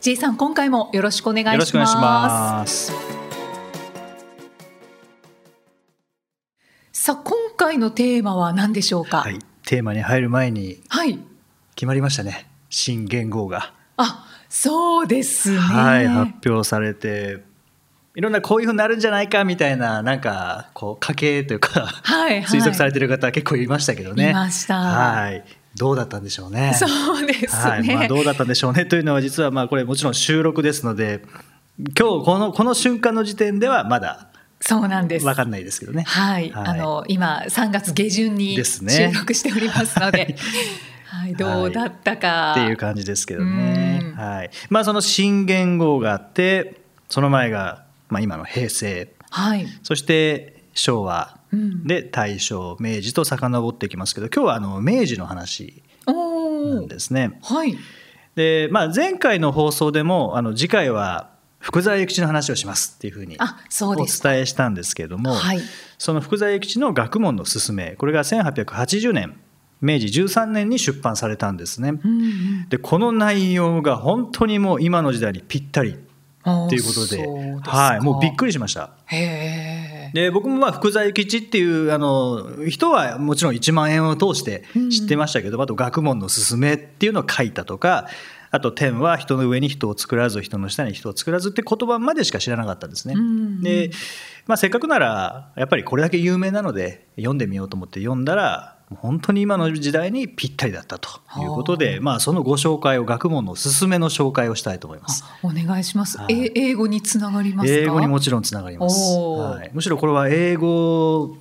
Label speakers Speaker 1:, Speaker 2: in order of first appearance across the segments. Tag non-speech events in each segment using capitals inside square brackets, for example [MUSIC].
Speaker 1: J さん今回もよろしくお願いします
Speaker 2: よろしくお願いします
Speaker 1: さあ今回のテーマは何でしょうか
Speaker 2: はいテーマに入る前に
Speaker 1: はい、
Speaker 2: 決まりましたね新元号が
Speaker 1: あそうですね
Speaker 2: はい発表されていろんなこういうふうになるんじゃないかみたいななんかこう家計というか、
Speaker 1: はいはい
Speaker 2: 推測されてる方結構いましたけどね
Speaker 1: いました
Speaker 2: はいどうだったんでしょうね
Speaker 1: そうですね、
Speaker 2: はいまあ、どうだったんでしょうねというのは実はまあこれもちろん収録ですので今日このこの瞬間の時点ではまだ
Speaker 1: そうなんです
Speaker 2: 分かんないですけどね。
Speaker 1: はい、あの今3月下旬に
Speaker 2: です
Speaker 1: 収
Speaker 2: ね
Speaker 1: 録しておりますので、はい、どうだったか、
Speaker 2: っていう感じですけどね
Speaker 1: うん。
Speaker 2: はいまあ、その新元号があってその前が、まあ、今の平成
Speaker 1: はい、
Speaker 2: そして昭和
Speaker 1: うん
Speaker 2: で大正明治と遡っていきますけど今日はあの明治の話
Speaker 1: お
Speaker 2: なん
Speaker 1: ー
Speaker 2: ですね。
Speaker 1: はい、
Speaker 2: で、まあ、前回の放送でもあの次回は福沢諭吉の話をしますっていうふうに
Speaker 1: あそう
Speaker 2: お
Speaker 1: でした
Speaker 2: 伝えしたんですけれども、
Speaker 1: はい
Speaker 2: その福沢諭吉の学問の勧めこれが1880年明治13年に出版されたんですね。
Speaker 1: うんうん
Speaker 2: でこの内容が本当にもう今の時代にぴったり
Speaker 1: あー
Speaker 2: っていうことで
Speaker 1: そうですか
Speaker 2: はい、もうびっくりしました。
Speaker 1: へえ
Speaker 2: で僕もまあ福沢諭吉っていうあの人はもちろん1万円を通して知ってましたけど、あと学問の勧めっていうのを書いたとかあと天は人の上に人を作らず人の下に人を作らずって言葉までしか知らなかったんですね。
Speaker 1: うん
Speaker 2: で、まあ、せっかくならやっぱりこれだけ有名なので読んでみようと思って読んだら本当に今の時代にぴったりだったということで、まあ、そのご紹介を学問の勧めの紹介をしたいと思います。
Speaker 1: あお願いします、
Speaker 2: はい
Speaker 1: え英語につながりますか
Speaker 2: 英語にもちろんつながります、
Speaker 1: おー
Speaker 2: はい、むしろこれは英語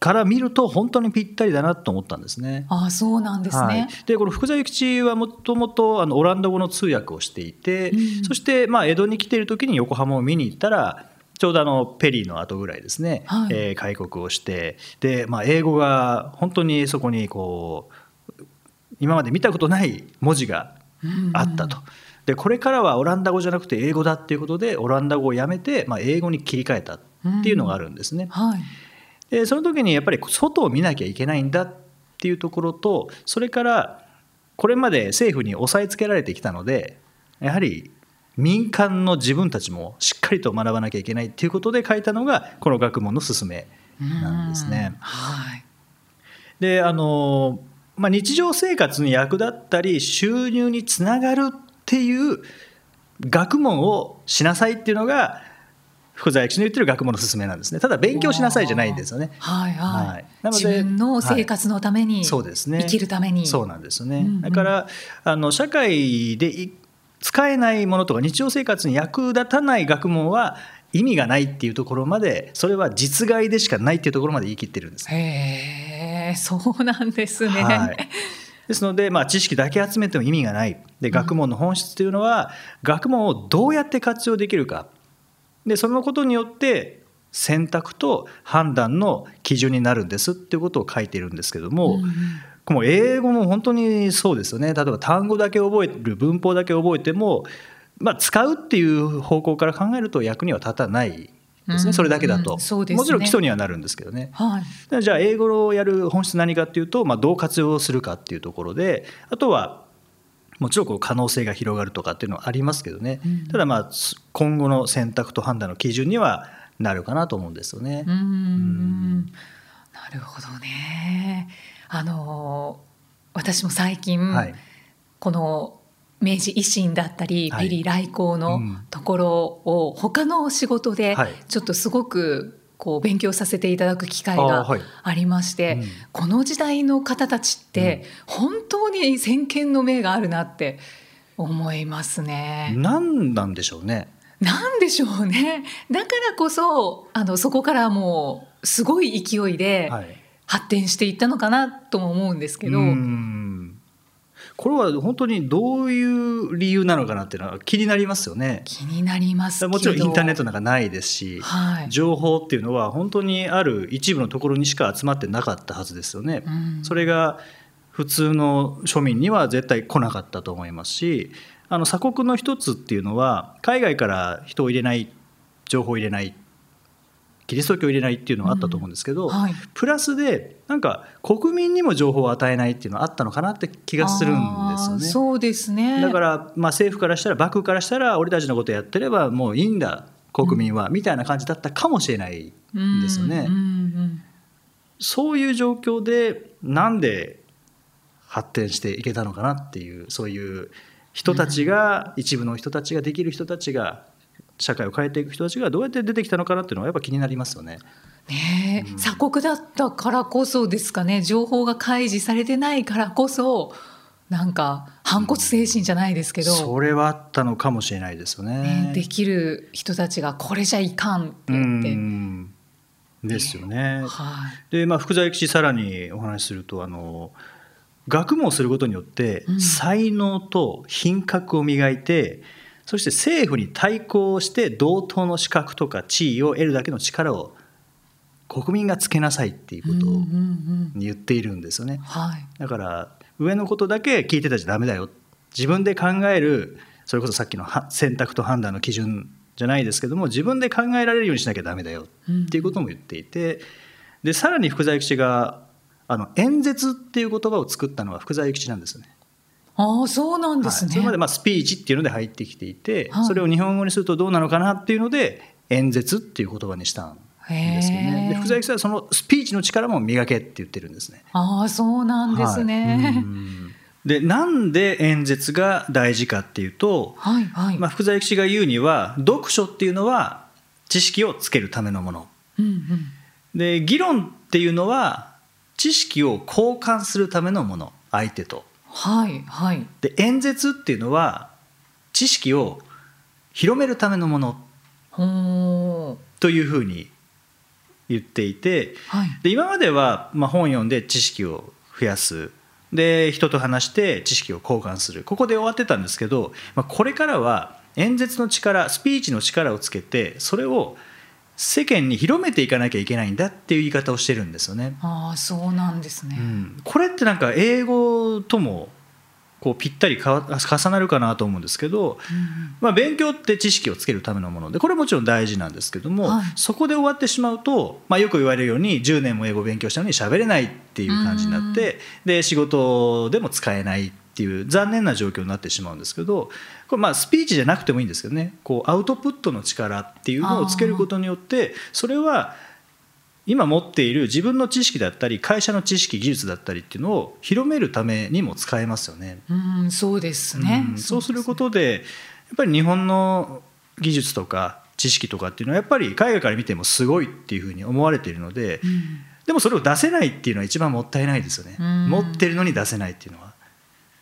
Speaker 2: から見ると本当にぴったりだなと思ったんですね。
Speaker 1: あそうなんですね、
Speaker 2: はい、でこの福沢諭吉はもともとあのオランダ語の通訳をしていて、
Speaker 1: うん
Speaker 2: そしてまあ江戸に来ている時に横浜を見に行ったらちょうどあのペリーの後ぐらいですね、
Speaker 1: はい
Speaker 2: えー開国をしてで、まあ、英語が本当にそこにこう今まで見たことない文字が
Speaker 1: うん
Speaker 2: あったと。でこれからはオランダ語じゃなくて英語だっていうことでオランダ語をやめて、まあ、英語に切り替えたっていうのがあるんですね。
Speaker 1: はい
Speaker 2: でその時にやっぱり外を見なきゃいけないんだっていうところとそれからこれまで政府に押さえつけられてきたのでやはり民間の自分たちもしっかりと学ばなきゃいけないっていうことで書いたのがこの学問の勧めなんです
Speaker 1: う
Speaker 2: ね。
Speaker 1: んはい
Speaker 2: であの、まあ、日常生活に役立ったり収入につながるっていう学問をしなさいっていうのが福沢諭吉の言ってる学問の勧めなんですねただ勉強しなさいじゃないんですよね。
Speaker 1: はいはい、
Speaker 2: はいなので
Speaker 1: 自分の生活のために、
Speaker 2: そうですね
Speaker 1: 生きるために
Speaker 2: そうなんですね、
Speaker 1: うんうん
Speaker 2: だからあの社会でい使えないものとか日常生活に役立たない学問は意味がないっていうところまでそれは実害でしかないっていうところまで言い切ってるんです
Speaker 1: へえそうなんですね、 [LAUGHS]
Speaker 2: はい、ですので、まあ、知識だけ集めても意味がないで学問の本質というのは、学問をどうやって活用できるかでそのことによって選択と判断の基準になるんですっていうことを書いているんですけども、
Speaker 1: うんうん
Speaker 2: もう英語も本当にそうですよね例えば単語だけ覚える文法だけ覚えても、まあ、使うっていう方向から考えると役には立たないです
Speaker 1: う
Speaker 2: ね
Speaker 1: ん
Speaker 2: それだけだと、
Speaker 1: うんそうですね
Speaker 2: もちろん基礎にはなるんですけどね。
Speaker 1: はい
Speaker 2: でじゃあ英語をやる本質何かっていうと、まあ、どう活用するかっていうところであとはもちろんこう可能性が広がるとかっていうのはありますけどね、
Speaker 1: うん
Speaker 2: ただまあす今後の選択と判断の基準にはなるかなと思うんですよね。
Speaker 1: うんなるほどねあの私も最近、
Speaker 2: はい
Speaker 1: この明治維新だったり
Speaker 2: はい
Speaker 1: ペリー来航
Speaker 2: う
Speaker 1: の
Speaker 2: ん
Speaker 1: ところを他の仕事で
Speaker 2: はい
Speaker 1: ちょっとすごくこう勉強させていただく機会
Speaker 2: あ
Speaker 1: が
Speaker 2: ーはい
Speaker 1: ありまして、
Speaker 2: うん
Speaker 1: この時代の方たちって本当に先見の明があるなって思いますね。
Speaker 2: 何なんでしょうね。
Speaker 1: なんでしょうねだからこそあのそこからもうすごい勢いで
Speaker 2: はい
Speaker 1: 発展していったのかなとも思うんですけど、
Speaker 2: うんこれは本当にどういう理由なのかなっていうのは気になりますよね。
Speaker 1: 気になりますけど
Speaker 2: もちろんインターネットなんかないですし、
Speaker 1: はい、
Speaker 2: 情報っていうのは本当にある一部のところにしか集まってなかったはずですよね。
Speaker 1: うん
Speaker 2: それが普通の庶民には絶対来なかったと思いますしあの鎖国の一つっていうのは海外から人を入れない情報を入れないキリスト教を入れないっていうのはあったと思うんですけど、
Speaker 1: はい、
Speaker 2: プラスでなんか国民にも情報を与えないっていうのはあったのかなって気がするんですよ
Speaker 1: あー
Speaker 2: ね。
Speaker 1: そうですね
Speaker 2: だから、まあ、政府からしたら幕府からしたら俺たちのことやってればもういいんだ国民は、みたいな感じだったかもしれないんですよね。
Speaker 1: うんうん
Speaker 2: そういう状況でなんで発展していけたのかなっていうそういう人たちが、一部の人たちができる人たちが社会を変えていく人たちがどうやって出てきたのかなっていうのはやっぱ気になりますよね。
Speaker 1: ねえ、鎖国だったからこそですかね情報が開示されてないからこそなんか反骨精神じゃないですけど、
Speaker 2: それはあったのかもしれないですよね
Speaker 1: ね。できる人たちがこれじゃいかんって
Speaker 2: う
Speaker 1: 言って、
Speaker 2: んですよ
Speaker 1: は
Speaker 2: ね。
Speaker 1: い
Speaker 2: で、まあ、福沢諭吉さらにお話しするとあの学問をすることによって
Speaker 1: うん
Speaker 2: 才能と品格を磨いて、そして政府に対抗して同等の資格とか地位を得るだけの力を国民がつけなさいっていうこと
Speaker 1: うんうん
Speaker 2: を
Speaker 1: うん
Speaker 2: 言っているんですよね。
Speaker 1: はい
Speaker 2: だから上のことだけ聞いてたじゃダメだよ自分で考えるそれこそさっきのは選択と判断の基準じゃないですけども自分で考えられるようにしなきゃダメだよ
Speaker 1: うん
Speaker 2: っていうことも言っていてでさらに福沢諭吉があの演説っていう言葉を作ったのは福沢諭吉なんですね。
Speaker 1: ああそうなんです
Speaker 2: は
Speaker 1: ね、
Speaker 2: いそれまでまあスピーチっていうので入ってきていて、
Speaker 1: はい
Speaker 2: それを日本語にするとどうなのかなっていうので演説っていう言葉にしたんですよね。
Speaker 1: へえ
Speaker 2: で福沢諭吉はそのスピーチの力も磨けって言ってるんですね。
Speaker 1: ああそうなんです
Speaker 2: はい
Speaker 1: ね
Speaker 2: うんでなんで演説が大事かっていうと、
Speaker 1: はいはい、
Speaker 2: まあ、福沢諭吉が言うには読書っていうのは知識をつけるためのもの
Speaker 1: うんうん
Speaker 2: で議論っていうのは知識を交換するためのもの相手と
Speaker 1: はいはい
Speaker 2: で演説っていうのは知識を広めるためのもの
Speaker 1: ほう
Speaker 2: というふうに言っていて
Speaker 1: はい
Speaker 2: で今までは、まあ、本読んで知識を増やすで人と話して知識を交換するここで終わってたんですけど、まあ、これからは演説の力スピーチの力をつけてそれを世間に広めていかなきゃいけないんだっていう言い方をしてるんですよね。
Speaker 1: ああそうなんですね、
Speaker 2: うんこれってなんか英語ともこうぴったりかわ重なるかなと思うんですけど、まあ、勉強って知識をつけるためのものでこれもちろん大事なんですけども、
Speaker 1: はい
Speaker 2: そこで終わってしまうと、まあ、よく言われるように10年も英語を勉強したのに喋れないっていう感じになってで仕事でも使えないっていう残念な状況になってしまうんですけどこれまあスピーチじゃなくてもいいんですけどねこうアウトプットの力っていうのをつけることによってそれは今持っている自分の知識だったり会社の知識技術だったりっていうのを広めるためにも使えますよね。
Speaker 1: うん、そうですね。
Speaker 2: う。んそうすることとでやっぱり日本の技術とか知識とかっていうのはやっぱり海外から見てもすごいっていうふうに思われているので
Speaker 1: うん
Speaker 2: でもそれを出せないっていうのは一番もったいないですよね
Speaker 1: うん
Speaker 2: 持ってるのに出せないっていうのは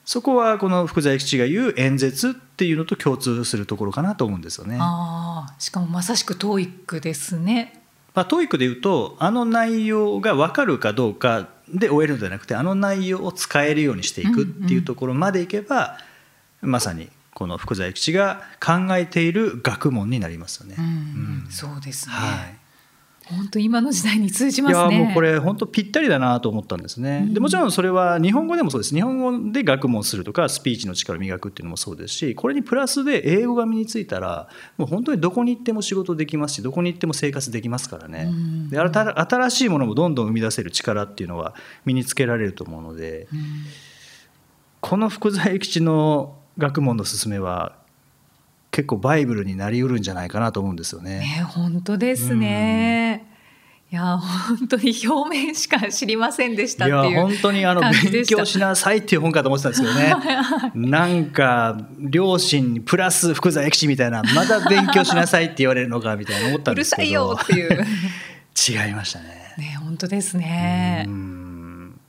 Speaker 2: そこはこの福沢諭吉が言う演説っていうのと共通するところかなと思うんですよね。
Speaker 1: ああ、しかもまさしく TOEIC ですね。
Speaker 2: まあ、トイックで言うとあの内容が分かるかどうかで終えるのではなくてあの内容を使えるようにしていくっていうところまでいけば、まさにこの福沢諭吉が考えている学問になりますよね。
Speaker 1: うん、
Speaker 2: うん
Speaker 1: そうですね。
Speaker 2: はい
Speaker 1: 本当今の時代に通じ
Speaker 2: い
Speaker 1: ます
Speaker 2: や
Speaker 1: ね。
Speaker 2: もうこれ本当ぴったりだなと思ったんですね、でもちろんそれは日本語でもそうです日本語で学問するとかスピーチの力を磨くっていうのもそうですしこれにプラスで英語が身についたらもう本当にどこに行っても仕事できますしどこに行っても生活できますからね、
Speaker 1: うん
Speaker 2: で新た新しいものもどんどん生み出せる力っていうのは身につけられると思うので
Speaker 1: うん
Speaker 2: この福沢諭吉の学問の勧めは結構バイブルになりうるんじゃないかなと思うんですよね。
Speaker 1: ね、本当ですね。いや、本当に表面しか知りませんでしたっ
Speaker 2: い
Speaker 1: て
Speaker 2: や
Speaker 1: いう。
Speaker 2: 本当にあの
Speaker 1: 感じで
Speaker 2: 勉
Speaker 1: した
Speaker 2: 強しなさいっていう本かと思ってたんですけどねなんか両親にプラス福沢諭吉みたいなまだ勉強しなさいって言われるのかみたいな思った
Speaker 1: う
Speaker 2: んで
Speaker 1: る
Speaker 2: す
Speaker 1: さ
Speaker 2: けど
Speaker 1: いよって [LAUGHS] いう。
Speaker 2: [LAUGHS] 違いましたね。
Speaker 1: ね、本当ですね
Speaker 2: う。ん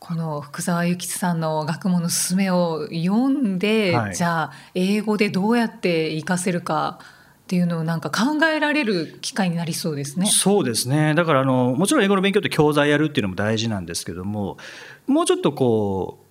Speaker 1: この福沢諭吉さんの学問の勧めを読んで、
Speaker 2: はい
Speaker 1: じゃあ英語でどうやって活かせるかっていうのをなんか考えられる機会になりそうですね。
Speaker 2: そうですねだからあのもちろん英語の勉強って教材やるっていうのも大事なんですけどももうちょっとこ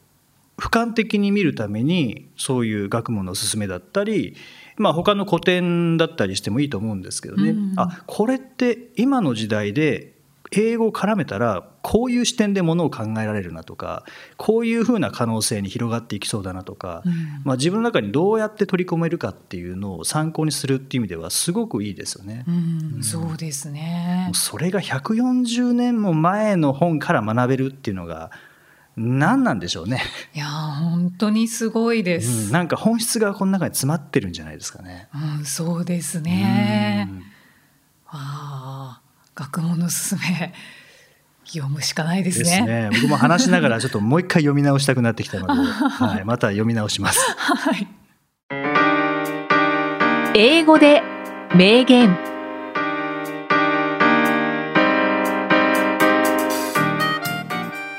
Speaker 2: う俯瞰的に見るためにそういう学問の勧めだったり、まあ、他の古典だったりしてもいいと思うんですけどね、
Speaker 1: うん
Speaker 2: あこれって今の時代で英語を絡めたらこういう視点でものを考えられるなとかこういうふうな可能性に広がっていきそうだなとか、
Speaker 1: うん
Speaker 2: まあ、自分の中にどうやって取り込めるかっていうのを参考にするっていう意味ではすごくいいですよね。
Speaker 1: うんそうですね
Speaker 2: もう。それが140年も前の本から学べるっていうのが何なんでしょうね。
Speaker 1: いやー本当にすごいで
Speaker 2: うん
Speaker 1: す。
Speaker 2: なんか本質がこの中に詰まってるんじゃないですかね。
Speaker 1: うん、そうですね
Speaker 2: う。ん
Speaker 1: ああ、学問の勧め読むしかないです
Speaker 2: で
Speaker 1: ね。
Speaker 2: すね。僕も話しながらちょっともう一回読み直したくなってきたの [LAUGHS] で、はい、また読み直します。
Speaker 1: はい。英語で名言。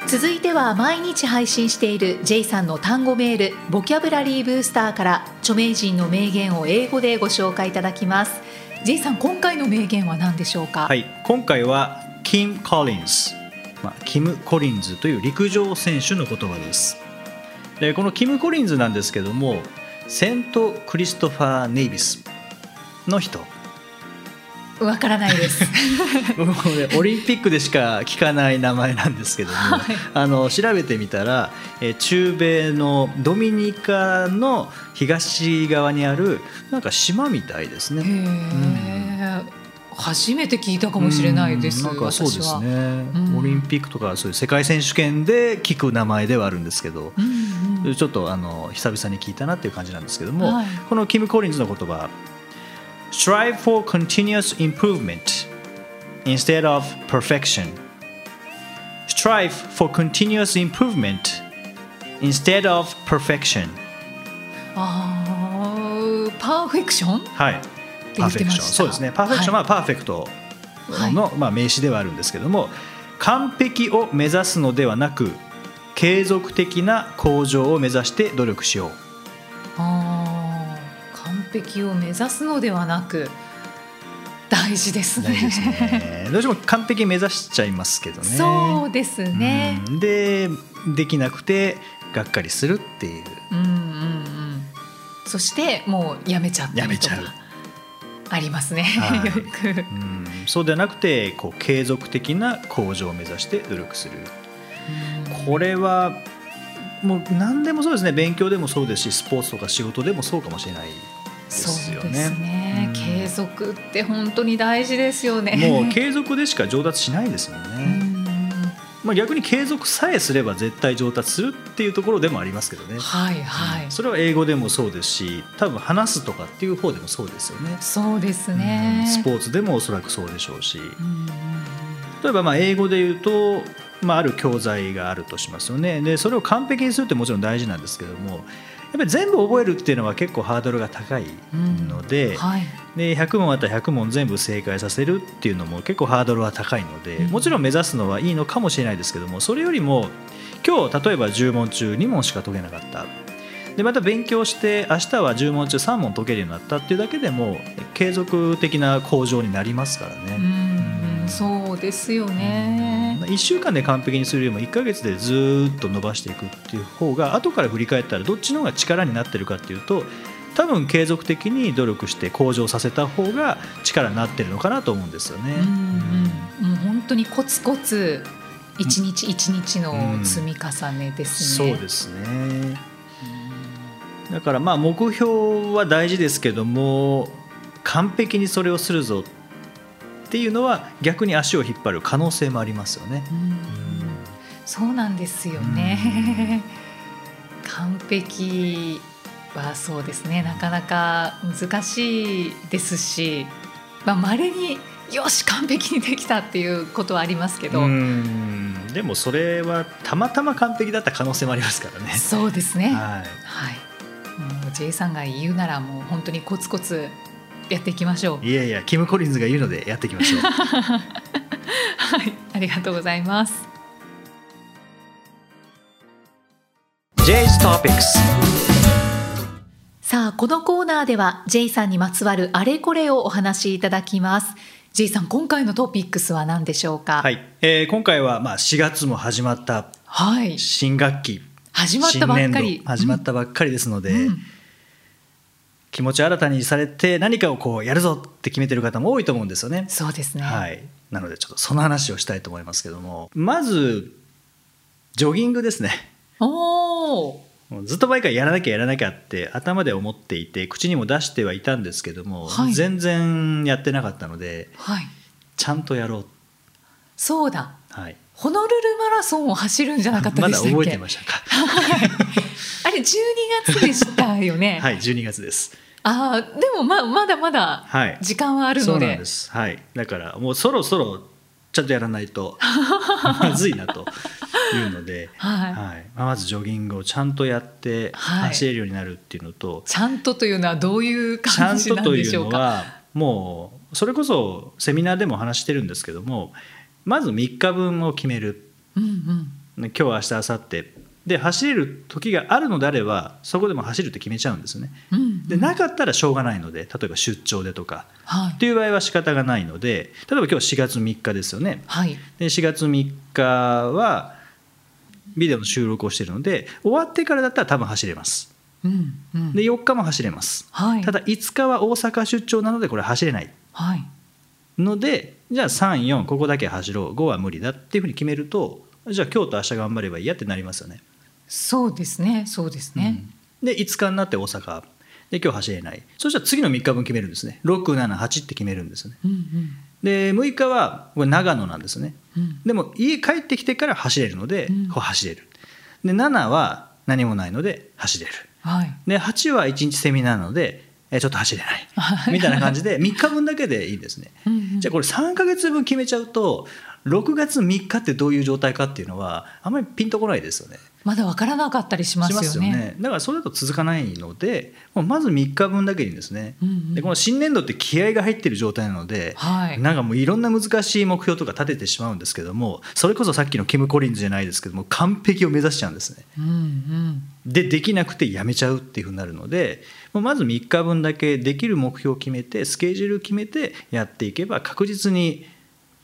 Speaker 1: 続いては毎日配信している J さんの単語メールボキャブラリーブースターから著名人の名言を英語でご紹介いただきます J さん今回の名言は何でしょうか、
Speaker 2: [LAUGHS] はい、今回はキム・コリンズ、まあ、キム・コリンズという陸上選手の言葉です。でこのキム・コリンズなんですけどもセント・クリストファー・ネイビスの人
Speaker 1: わからない
Speaker 2: [LAUGHS]
Speaker 1: です、
Speaker 2: 僕もね [LAUGHS] オリンピックでしか聞かない名前なんですけども、
Speaker 1: はい
Speaker 2: あの調べてみたら、えー中米のドミニカの東側にあるなんか島みたいですね。
Speaker 1: へえ初めて聞いたかもしれないです
Speaker 2: うんなんかそうで
Speaker 1: 私
Speaker 2: す
Speaker 1: は、
Speaker 2: ね
Speaker 1: うん。
Speaker 2: オリンピックとかそういう世界選手権で聞く名前ではあるんですけど、
Speaker 1: うんうん
Speaker 2: ちょっとあの久々に聞いたなっていう感じなんですけども、
Speaker 1: はい
Speaker 2: このキム・コリンズの言葉 Strive for continuous improvement instead of perfection Strive for continuous improvement instead of perfection
Speaker 1: あーパーフェクション
Speaker 2: はいパー
Speaker 1: 言っ
Speaker 2: フ
Speaker 1: て
Speaker 2: ェ
Speaker 1: ま
Speaker 2: ク
Speaker 1: し
Speaker 2: ショ
Speaker 1: た
Speaker 2: ンそうですねパーフェクションははパーフェクトの、まあ、名詞ではあるんですけども完璧を目指すのではなく継続的な向上を目指して努力しよう
Speaker 1: あー完璧を目指すのではなく大事ですね
Speaker 2: 大事ですね。どうしても完璧目指しちゃいますけどね。
Speaker 1: [LAUGHS] そうですね、
Speaker 2: うんでできなくてがっかりするっていう。
Speaker 1: うん、うんうんそしてもうやめちゃった
Speaker 2: や
Speaker 1: り
Speaker 2: め
Speaker 1: と
Speaker 2: ち
Speaker 1: か
Speaker 2: ゃう
Speaker 1: ありますね、
Speaker 2: はい
Speaker 1: よく
Speaker 2: うん、そうではなくてこう継続的な向上を目指して努力する。これはもう何でもそうですね勉強でもそうですしスポーツとか仕事でもそうかもしれないです
Speaker 1: そう
Speaker 2: よ
Speaker 1: で
Speaker 2: ね
Speaker 1: すね、
Speaker 2: うん
Speaker 1: 継続って本当に大事ですよね
Speaker 2: もう継続でしか上達しないですもん
Speaker 1: う
Speaker 2: ね、
Speaker 1: ん
Speaker 2: まあ、逆に継続さえすれば絶対上達するっていうところでもありますけどね
Speaker 1: はいはい、
Speaker 2: それは英語でもそうですし多分話すとかっていう方でもそうですよね
Speaker 1: そうですね、
Speaker 2: うんスポーツでもおそらくそうでしょうし
Speaker 1: うんうんうん
Speaker 2: 例えばまあ英語で言うと、まあ、ある教材があるとしますよねでそれを完璧にするってもちろん大事なんですけどもやっぱり全部覚えるっていうのは結構ハードルが高いので,、
Speaker 1: はい、
Speaker 2: で100問あったら100問全部正解させるっていうのも結構ハードルは高いので、
Speaker 1: うん
Speaker 2: もちろん目指すのはいいのかもしれないですけどもそれよりも今日例えば10問中2問しか解けなかったでまた勉強して明日は10問中3問解けるようになったっていうだけでも継続的な向上になりますから
Speaker 1: う
Speaker 2: ね。
Speaker 1: ん、そうですよね。
Speaker 2: 1週間で完璧にするよりも1ヶ月でずーっと伸ばしていくっていう方が後から振り返ったらどっちの方が力になってるかっていうと多分継続的に努力して向上させた方が力になってるのかなと思うんですよね。
Speaker 1: うんうん、もう本当にコツコツ一日一日の積み重ねです
Speaker 2: そ
Speaker 1: ね。
Speaker 2: うですねだからまあ目標は大事ですけども完璧にそれをするぞっていうのは逆に足を引っ張る可能性もありますよね。
Speaker 1: うんそうなんですよね。完璧はそうですね。なかなか難しいですし、まあ稀によし完璧にできたっていうことはありますけど、
Speaker 2: うんでもそれはたまたま完璧だった可能性もありますからね。
Speaker 1: そうですね。
Speaker 2: はい
Speaker 1: はい。もう J さんが言うならもう本当にコツコツやっていきましょう。
Speaker 2: いやいやキム・コリンズが言うのでやっていきましょう。
Speaker 1: はい、ありがとうございます。
Speaker 2: J's Topics
Speaker 1: さあ、このコーナーでは J さんにまつわるあれこれをお話しいただきます。J さん、今回のトピックスは何でしょうか。。
Speaker 2: はいい、えー今回はまあ4月も始まった
Speaker 1: はい。
Speaker 2: 新学期
Speaker 1: 始まったばっかり
Speaker 2: 新年度始まったばっかりですので、
Speaker 1: うん
Speaker 2: 気持ち新たにされて何かをこうやるぞって決めてる方も多いと思うんですよね。
Speaker 1: そうですね、
Speaker 2: はい、なのでちょっとその話をしたいと思いますけどもまずジョギングですね
Speaker 1: おお
Speaker 2: もうずっと毎回やらなきゃやらなきゃって頭で思っていて口にも出してはいたんですけども、
Speaker 1: はい
Speaker 2: 全然やってなかったので
Speaker 1: はい
Speaker 2: ちゃんとやろう、
Speaker 1: そうだ
Speaker 2: はい、
Speaker 1: ホノルルマラソンを走るんじゃなかった
Speaker 2: ま
Speaker 1: で
Speaker 2: だ
Speaker 1: したっけ
Speaker 2: 覚えてましたか
Speaker 1: あれ12月でしたよね、
Speaker 2: [LAUGHS] はい12月です
Speaker 1: ああでもままだまだ
Speaker 2: はい
Speaker 1: 時間はある
Speaker 2: そ
Speaker 1: の
Speaker 2: う
Speaker 1: で,、
Speaker 2: なんです、はい、だからもうそろそろちゃんとやらない
Speaker 1: [LAUGHS]
Speaker 2: とまずいなというので、
Speaker 1: はい
Speaker 2: はいまあまずジョギングをちゃんとやって
Speaker 1: はい
Speaker 2: 走れるようになるっていうのと、
Speaker 1: ちゃんとというのはどういう
Speaker 2: ちゃ
Speaker 1: 感
Speaker 2: ん
Speaker 1: じ
Speaker 2: と
Speaker 1: なん
Speaker 2: と
Speaker 1: で
Speaker 2: い
Speaker 1: しょ
Speaker 2: う
Speaker 1: う
Speaker 2: の
Speaker 1: か
Speaker 2: はもうそれこそセミナーでも話してるんですけどもまず3日分を決める
Speaker 1: うんうん
Speaker 2: 今日明日明後日で走れる時があるのであればそこでも走るって決めちゃうんですよね。
Speaker 1: うんうん
Speaker 2: でなかったらしょうがないので例えば出張でとか
Speaker 1: はい
Speaker 2: っていう場合は仕方がないので例えば今日4月3日ですよね。
Speaker 1: はい
Speaker 2: で4月3日はビデオの収録をしてるので終わってからだったら多分走れます。
Speaker 1: うんうん
Speaker 2: で4日も走れます。
Speaker 1: はい
Speaker 2: ただ5日は大阪出張なのでこれ走れない
Speaker 1: はい
Speaker 2: のでじゃあ34ここだけ走ろう5は無理だっていうふうに決めるとじゃあ今日と明日頑張ればいいやってなりますよね。
Speaker 1: そうですねそうですね、
Speaker 2: うんで5日になって大阪で今日走れないそしたら次の3日分決めるんですね678って決めるんですよね。
Speaker 1: うん、
Speaker 2: で6日はこれ長野なんです
Speaker 1: うんう
Speaker 2: ね。
Speaker 1: ん
Speaker 2: でも家帰ってきてから走れるので、
Speaker 1: うん
Speaker 2: こう走れる。で7は何もないので走れる。
Speaker 1: はい
Speaker 2: で8は1日セミナーなのでえちょっと走れない
Speaker 1: [LAUGHS]
Speaker 2: みたいな感じで3日分だけでいいんですね。
Speaker 1: うんうん
Speaker 2: じゃあこれ3ヶ月分決めちゃうと6月3日ってどういう状態かっていうのはあんまりピンとこないですよね。
Speaker 1: まだわからなかったりしますよね
Speaker 2: しだからそれだと続かないのでもうまず3日分だけにですね、
Speaker 1: うんうん
Speaker 2: でこの新年度って気合が入ってる状態なので、
Speaker 1: はい
Speaker 2: なんかもういろんな難しい目標とか立ててしまうんですけどもそれこそさっきのキム・コリンズじゃないですけども完璧を目指しちゃうんですね。
Speaker 1: うんうん
Speaker 2: でできなくてやめちゃうっていうふうになるのでもうまず3日分だけできる目標を決めてスケジュール決めてやっていけば確実に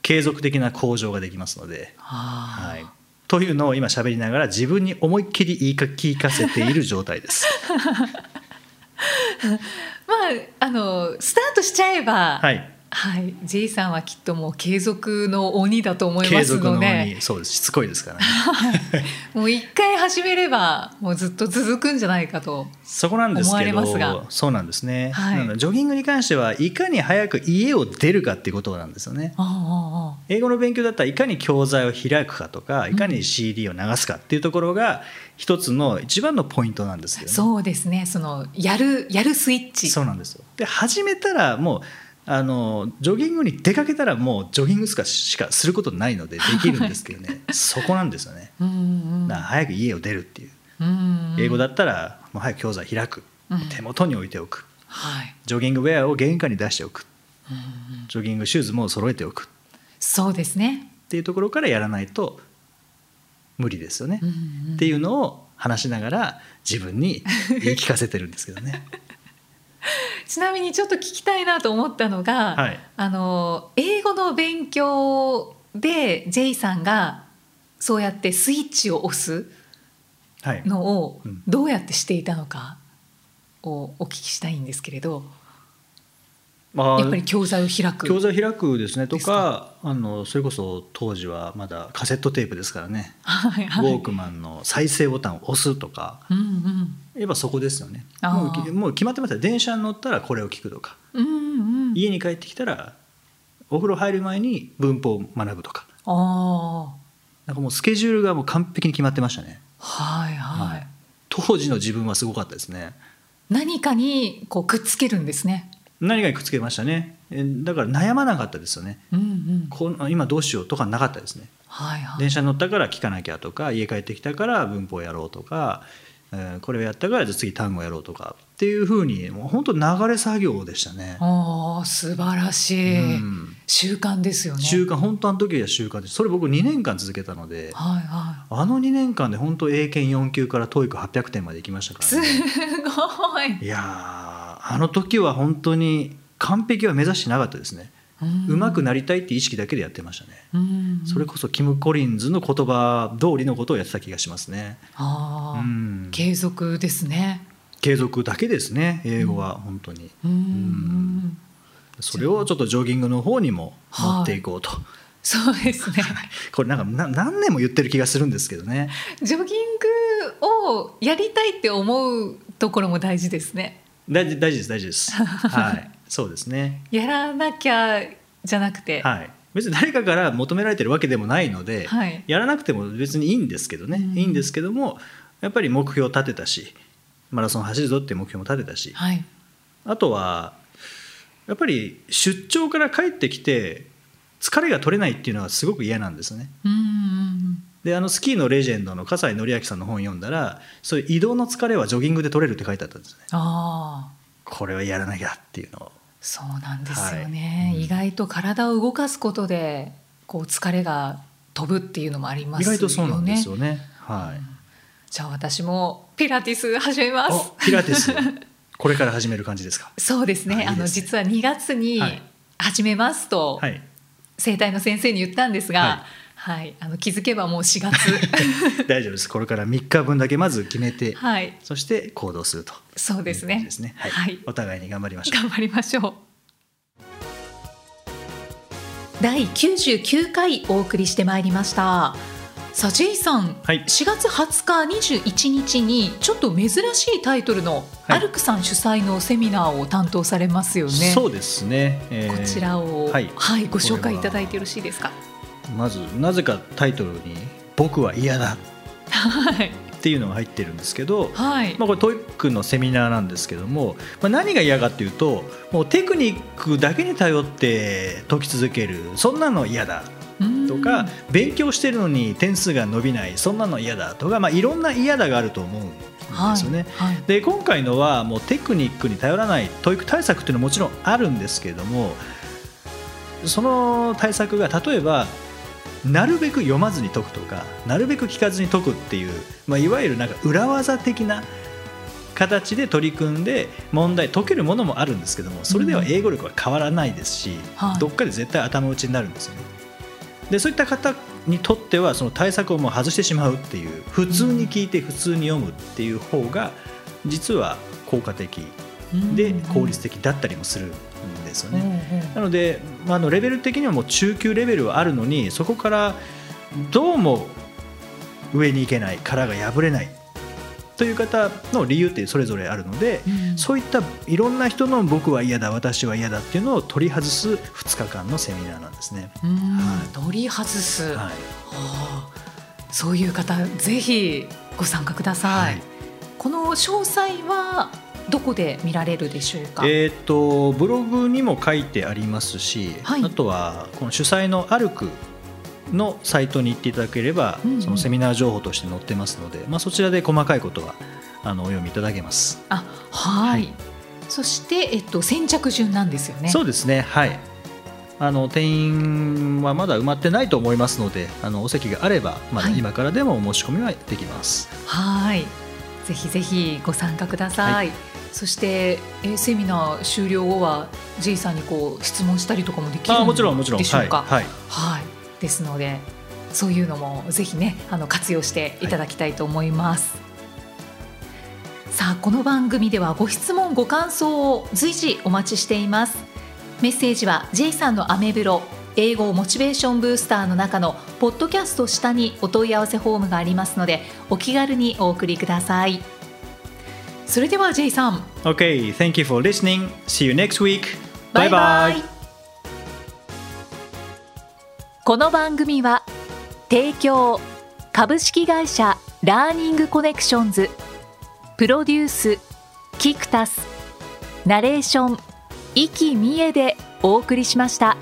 Speaker 2: 継続的な向上ができますので。
Speaker 1: あ
Speaker 2: はいというのを今喋りながら自分に思いっきり言いか聞かせている状態です。
Speaker 1: [LAUGHS] ーまああのスタートしちゃえば、
Speaker 2: はいい、
Speaker 1: はい、J さんはきっともう継続の鬼だと思い
Speaker 2: 継
Speaker 1: ます
Speaker 2: 続の
Speaker 1: の
Speaker 2: よう
Speaker 1: で
Speaker 2: にそうですしつこいで
Speaker 1: [LAUGHS]
Speaker 2: すからね。
Speaker 1: もう一回始めればもうずっと続くんじゃないかと
Speaker 2: そこなんですけ
Speaker 1: 思われますが
Speaker 2: ど、そうなんですね。
Speaker 1: はい
Speaker 2: なのでジョギングに関してはいかに早く家を出るかっていうことなんですよね。
Speaker 1: ああ
Speaker 2: 英語の勉強だったらいかに教材を開くかとかいかに CD を流すかっていうところが一つの一番のポイントなんですよね。
Speaker 1: そうですねそのやるやるスイッチ
Speaker 2: そうなんですよで始めたらもうあのジョギングに出かけたらもうジョギングしかしかすることないのでできるんですけど
Speaker 1: [LAUGHS]
Speaker 2: ねそこなんですよね。
Speaker 1: うんうん
Speaker 2: だから早く家を出るっていう
Speaker 1: うんうん
Speaker 2: 英語だったらもう早く教材開く
Speaker 1: うん
Speaker 2: 手元に置いておく
Speaker 1: はい
Speaker 2: ジョギングウェアを玄関に出しておく
Speaker 1: うんうん
Speaker 2: ジョギングシューズも揃えておく
Speaker 1: そうですね
Speaker 2: っていうところからやらないと無理ですよね。
Speaker 1: うんうん
Speaker 2: っていうのを話しながら自分に言い聞かせてるんですけどね。
Speaker 1: ちなみにちょっと聞きたいなと思ったのが、
Speaker 2: [LAUGHS] はい
Speaker 1: あの英語の勉強で J さんがそうやってスイッチを押す
Speaker 2: はい、
Speaker 1: のを
Speaker 2: うん
Speaker 1: どうやってしていたのかをお聞きしたいんですけれど、
Speaker 2: まあ
Speaker 1: やっぱり教材を開く。
Speaker 2: 教材開くですねと
Speaker 1: で
Speaker 2: か
Speaker 1: すか
Speaker 2: あのそれこそ当時はまだカセットテープですからね、
Speaker 1: はいは
Speaker 2: ウォ
Speaker 1: い
Speaker 2: ークマンの再生ボタンを押すとか
Speaker 1: うんうん
Speaker 2: やっぱそこですよね
Speaker 1: あ
Speaker 2: も
Speaker 1: ー
Speaker 2: うもう決まってますよ電車に乗ったらこれを聞くとか
Speaker 1: うんうん。
Speaker 2: 家に帰ってきたらお風呂入る前に文法を学ぶとか
Speaker 1: あ
Speaker 2: なんかもうスケジュールがもう完璧に決まってましたね
Speaker 1: あはいはい。
Speaker 2: はい当時の自分はすごかったですね
Speaker 1: 何かにこうくっつけるんですね。
Speaker 2: 何かにくっつけましたねえだから悩まなかったですよね
Speaker 1: うんうん。
Speaker 2: こん今どうしようとかなかったですね
Speaker 1: はいはい。
Speaker 2: 電車に乗ったから聞かなきゃとか家帰ってきたから文法やろうとか、えーこれをやったからじゃあ次単語やろうとかっていうふうにもう本当流れ作業でしたね。
Speaker 1: ああ素晴らしい、
Speaker 2: うん
Speaker 1: 習慣ですよね。
Speaker 2: 習慣本当あの時は習慣でそれ僕2年間続けたので
Speaker 1: はいは
Speaker 2: あの2年間で本当英検4級から TOEIC800 点まで行きましたか
Speaker 1: い。す
Speaker 2: ら、ね、
Speaker 1: ごい。
Speaker 2: いやーあの時は本当に完璧は目指してなかったですねうまくなりたいって意識だけでやってましたね。
Speaker 1: うん
Speaker 2: それこそキム・コリンズの言葉通りのことをやってた気がしますね。
Speaker 1: あー
Speaker 2: うん、
Speaker 1: 継続ですね。
Speaker 2: 継続だけですね英語は本当に、
Speaker 1: うん
Speaker 2: それをちょっとジョギングの方にも持っていこうと、
Speaker 1: そうです
Speaker 2: [LAUGHS]
Speaker 1: ね。
Speaker 2: これなんかな何年も言ってる気がするんですけどね
Speaker 1: ジョギングをやりたいって思うところも大事ですね。
Speaker 2: 大事大事です大事で
Speaker 1: [LAUGHS]
Speaker 2: すはいそうですね
Speaker 1: やらなきゃじゃなくて、
Speaker 2: はい別に誰かから求められてるわけでもないので、
Speaker 1: はい
Speaker 2: やらなくても別にいいんですけどね、
Speaker 1: うん
Speaker 2: いいんですけどもやっぱり目標を立てたしマラソン走るぞっていう目標も立てたし、
Speaker 1: はい、
Speaker 2: あとはやっぱり出張から帰ってきて疲れが取れないっていうのはすごく嫌なんですね。
Speaker 1: うんうん
Speaker 2: であのスキーのレジェンドの葛西紀明さんの本読んだらそういう移動の疲れはジョギングで取れるって書いてあったんですね。
Speaker 1: ああ、
Speaker 2: これはやらなきゃっていうのを
Speaker 1: そうなんですよね、
Speaker 2: はいうん
Speaker 1: 意外と体を動かすことでこう疲れが飛ぶっていうのもあります
Speaker 2: 意
Speaker 1: よね。
Speaker 2: 外とそうなんですよね。はい、
Speaker 1: じゃあ私もピラティス始めま
Speaker 2: お
Speaker 1: す。
Speaker 2: ピラティスこれから始める感じですか。
Speaker 1: [LAUGHS] そうですね。
Speaker 2: あいいで
Speaker 1: あ
Speaker 2: すね
Speaker 1: の実は2月に
Speaker 2: はい
Speaker 1: 始めますと
Speaker 2: はい、
Speaker 1: 整体の先生に言ったんですが、はい、あの気づけばもう4月、
Speaker 2: [LAUGHS] 大丈夫ですこれから3日分だけまず決めて、
Speaker 1: はい、
Speaker 2: そして行動すると
Speaker 1: そうです
Speaker 2: いう感じ
Speaker 1: ね
Speaker 2: で。すね、はい
Speaker 1: はい
Speaker 2: お互いに頑張りましょう。
Speaker 1: 頑張りましょう。第99回お送りしてまいりました。さあジェイさん、
Speaker 2: はい
Speaker 1: 4月20日21日にちょっと珍しいタイトルの、
Speaker 2: はい
Speaker 1: アルクさん主催のセミナーを担当されますよね。
Speaker 2: そうですね、え
Speaker 1: こ
Speaker 2: ー
Speaker 1: ちらを、
Speaker 2: は
Speaker 1: はいい、ご紹介いただいてよろしいですか。
Speaker 2: まずなぜかタイトルに「僕は嫌だ」
Speaker 1: はい、
Speaker 2: っていうのが入ってるんですけど、
Speaker 1: はい、
Speaker 2: まあ、これトイックのセミナーなんですけども、まあ、何が嫌かっていうともうテクニックだけに頼って解き続けるそんなの嫌だ
Speaker 1: うん
Speaker 2: とか、勉強してるのに点数が伸びないそんなの嫌だとか、まあ、いろんな嫌だがあると思うんですよね。
Speaker 1: はい、はい
Speaker 2: で今回のはもうテクニックに頼らない教育対策というのはもちろんあるんですけれどもその対策が例えばなるべく読まずに解くとかなるべく聞かずに解くっていう、まあ、いわゆるなんか裏技的な形で取り組んで問題解けるものもあるんですけどもそれでは英語力は変わらないですし、
Speaker 1: はい
Speaker 2: どっかで絶対頭打ちになるんですよね。でそういった方にとってはその対策をもう外してしまうっていう普通に聞いて普通に読むっていう方が実は効果的で効率的だったりもするんですよ
Speaker 1: うんうん
Speaker 2: ね。なので、まあ、あのレベル的にはもう中級レベルはあるのにそこからどうも上に行けない殻が破れないという方の理由ってそれぞれあるので、
Speaker 1: うんうん
Speaker 2: そういったいろんな人の僕は嫌だ私は嫌だっていうのを取り外す2日間のセミナーなんですね。
Speaker 1: うん
Speaker 2: はい
Speaker 1: 取り外す、
Speaker 2: はい
Speaker 1: ああそういう方ぜひご参加ください、
Speaker 2: はい
Speaker 1: この詳細はどこで見られるでしょうか、
Speaker 2: えー、とブログにも書いてありますし、
Speaker 1: はい
Speaker 2: あとはこの主催のアルクのサイトに行っていただければ、
Speaker 1: うんうん
Speaker 2: そのセミナー情報として載ってますので、まあ、そちらで細かいことはあのお読みいただけます。
Speaker 1: あはい、
Speaker 2: はい
Speaker 1: そして、えっと、先着順なんですよね
Speaker 2: そうですねはいあの定員はまだ埋まってないと思いますのであのお席があればまだ
Speaker 1: はい
Speaker 2: 今からでもお申し込みはできます。
Speaker 1: はいぜひぜひご参加ください、
Speaker 2: は
Speaker 1: そして、えーセミナー終了後は J さんにこう質問したりとかもできる
Speaker 2: あもちろんもちろん
Speaker 1: でしょうか
Speaker 2: はいはい
Speaker 1: はい、ですのでそういうのもぜひねあの活用していただきたいと思います、さあこの番組ではご質問ご感想を随時お待ちしていますメッセージは J さんのアメブロ英語モチベーションブースターの中のポッドキャスト下にお問い合わせフォームがありますのでお気軽にお送りくださいそれでは J さん
Speaker 2: Okay, thank you for listening. See you next week. Bye bye.
Speaker 1: この番組は提供株式会社ラーニングコネクションズプロデュースキクタスナレーション生きみえでお送りしました。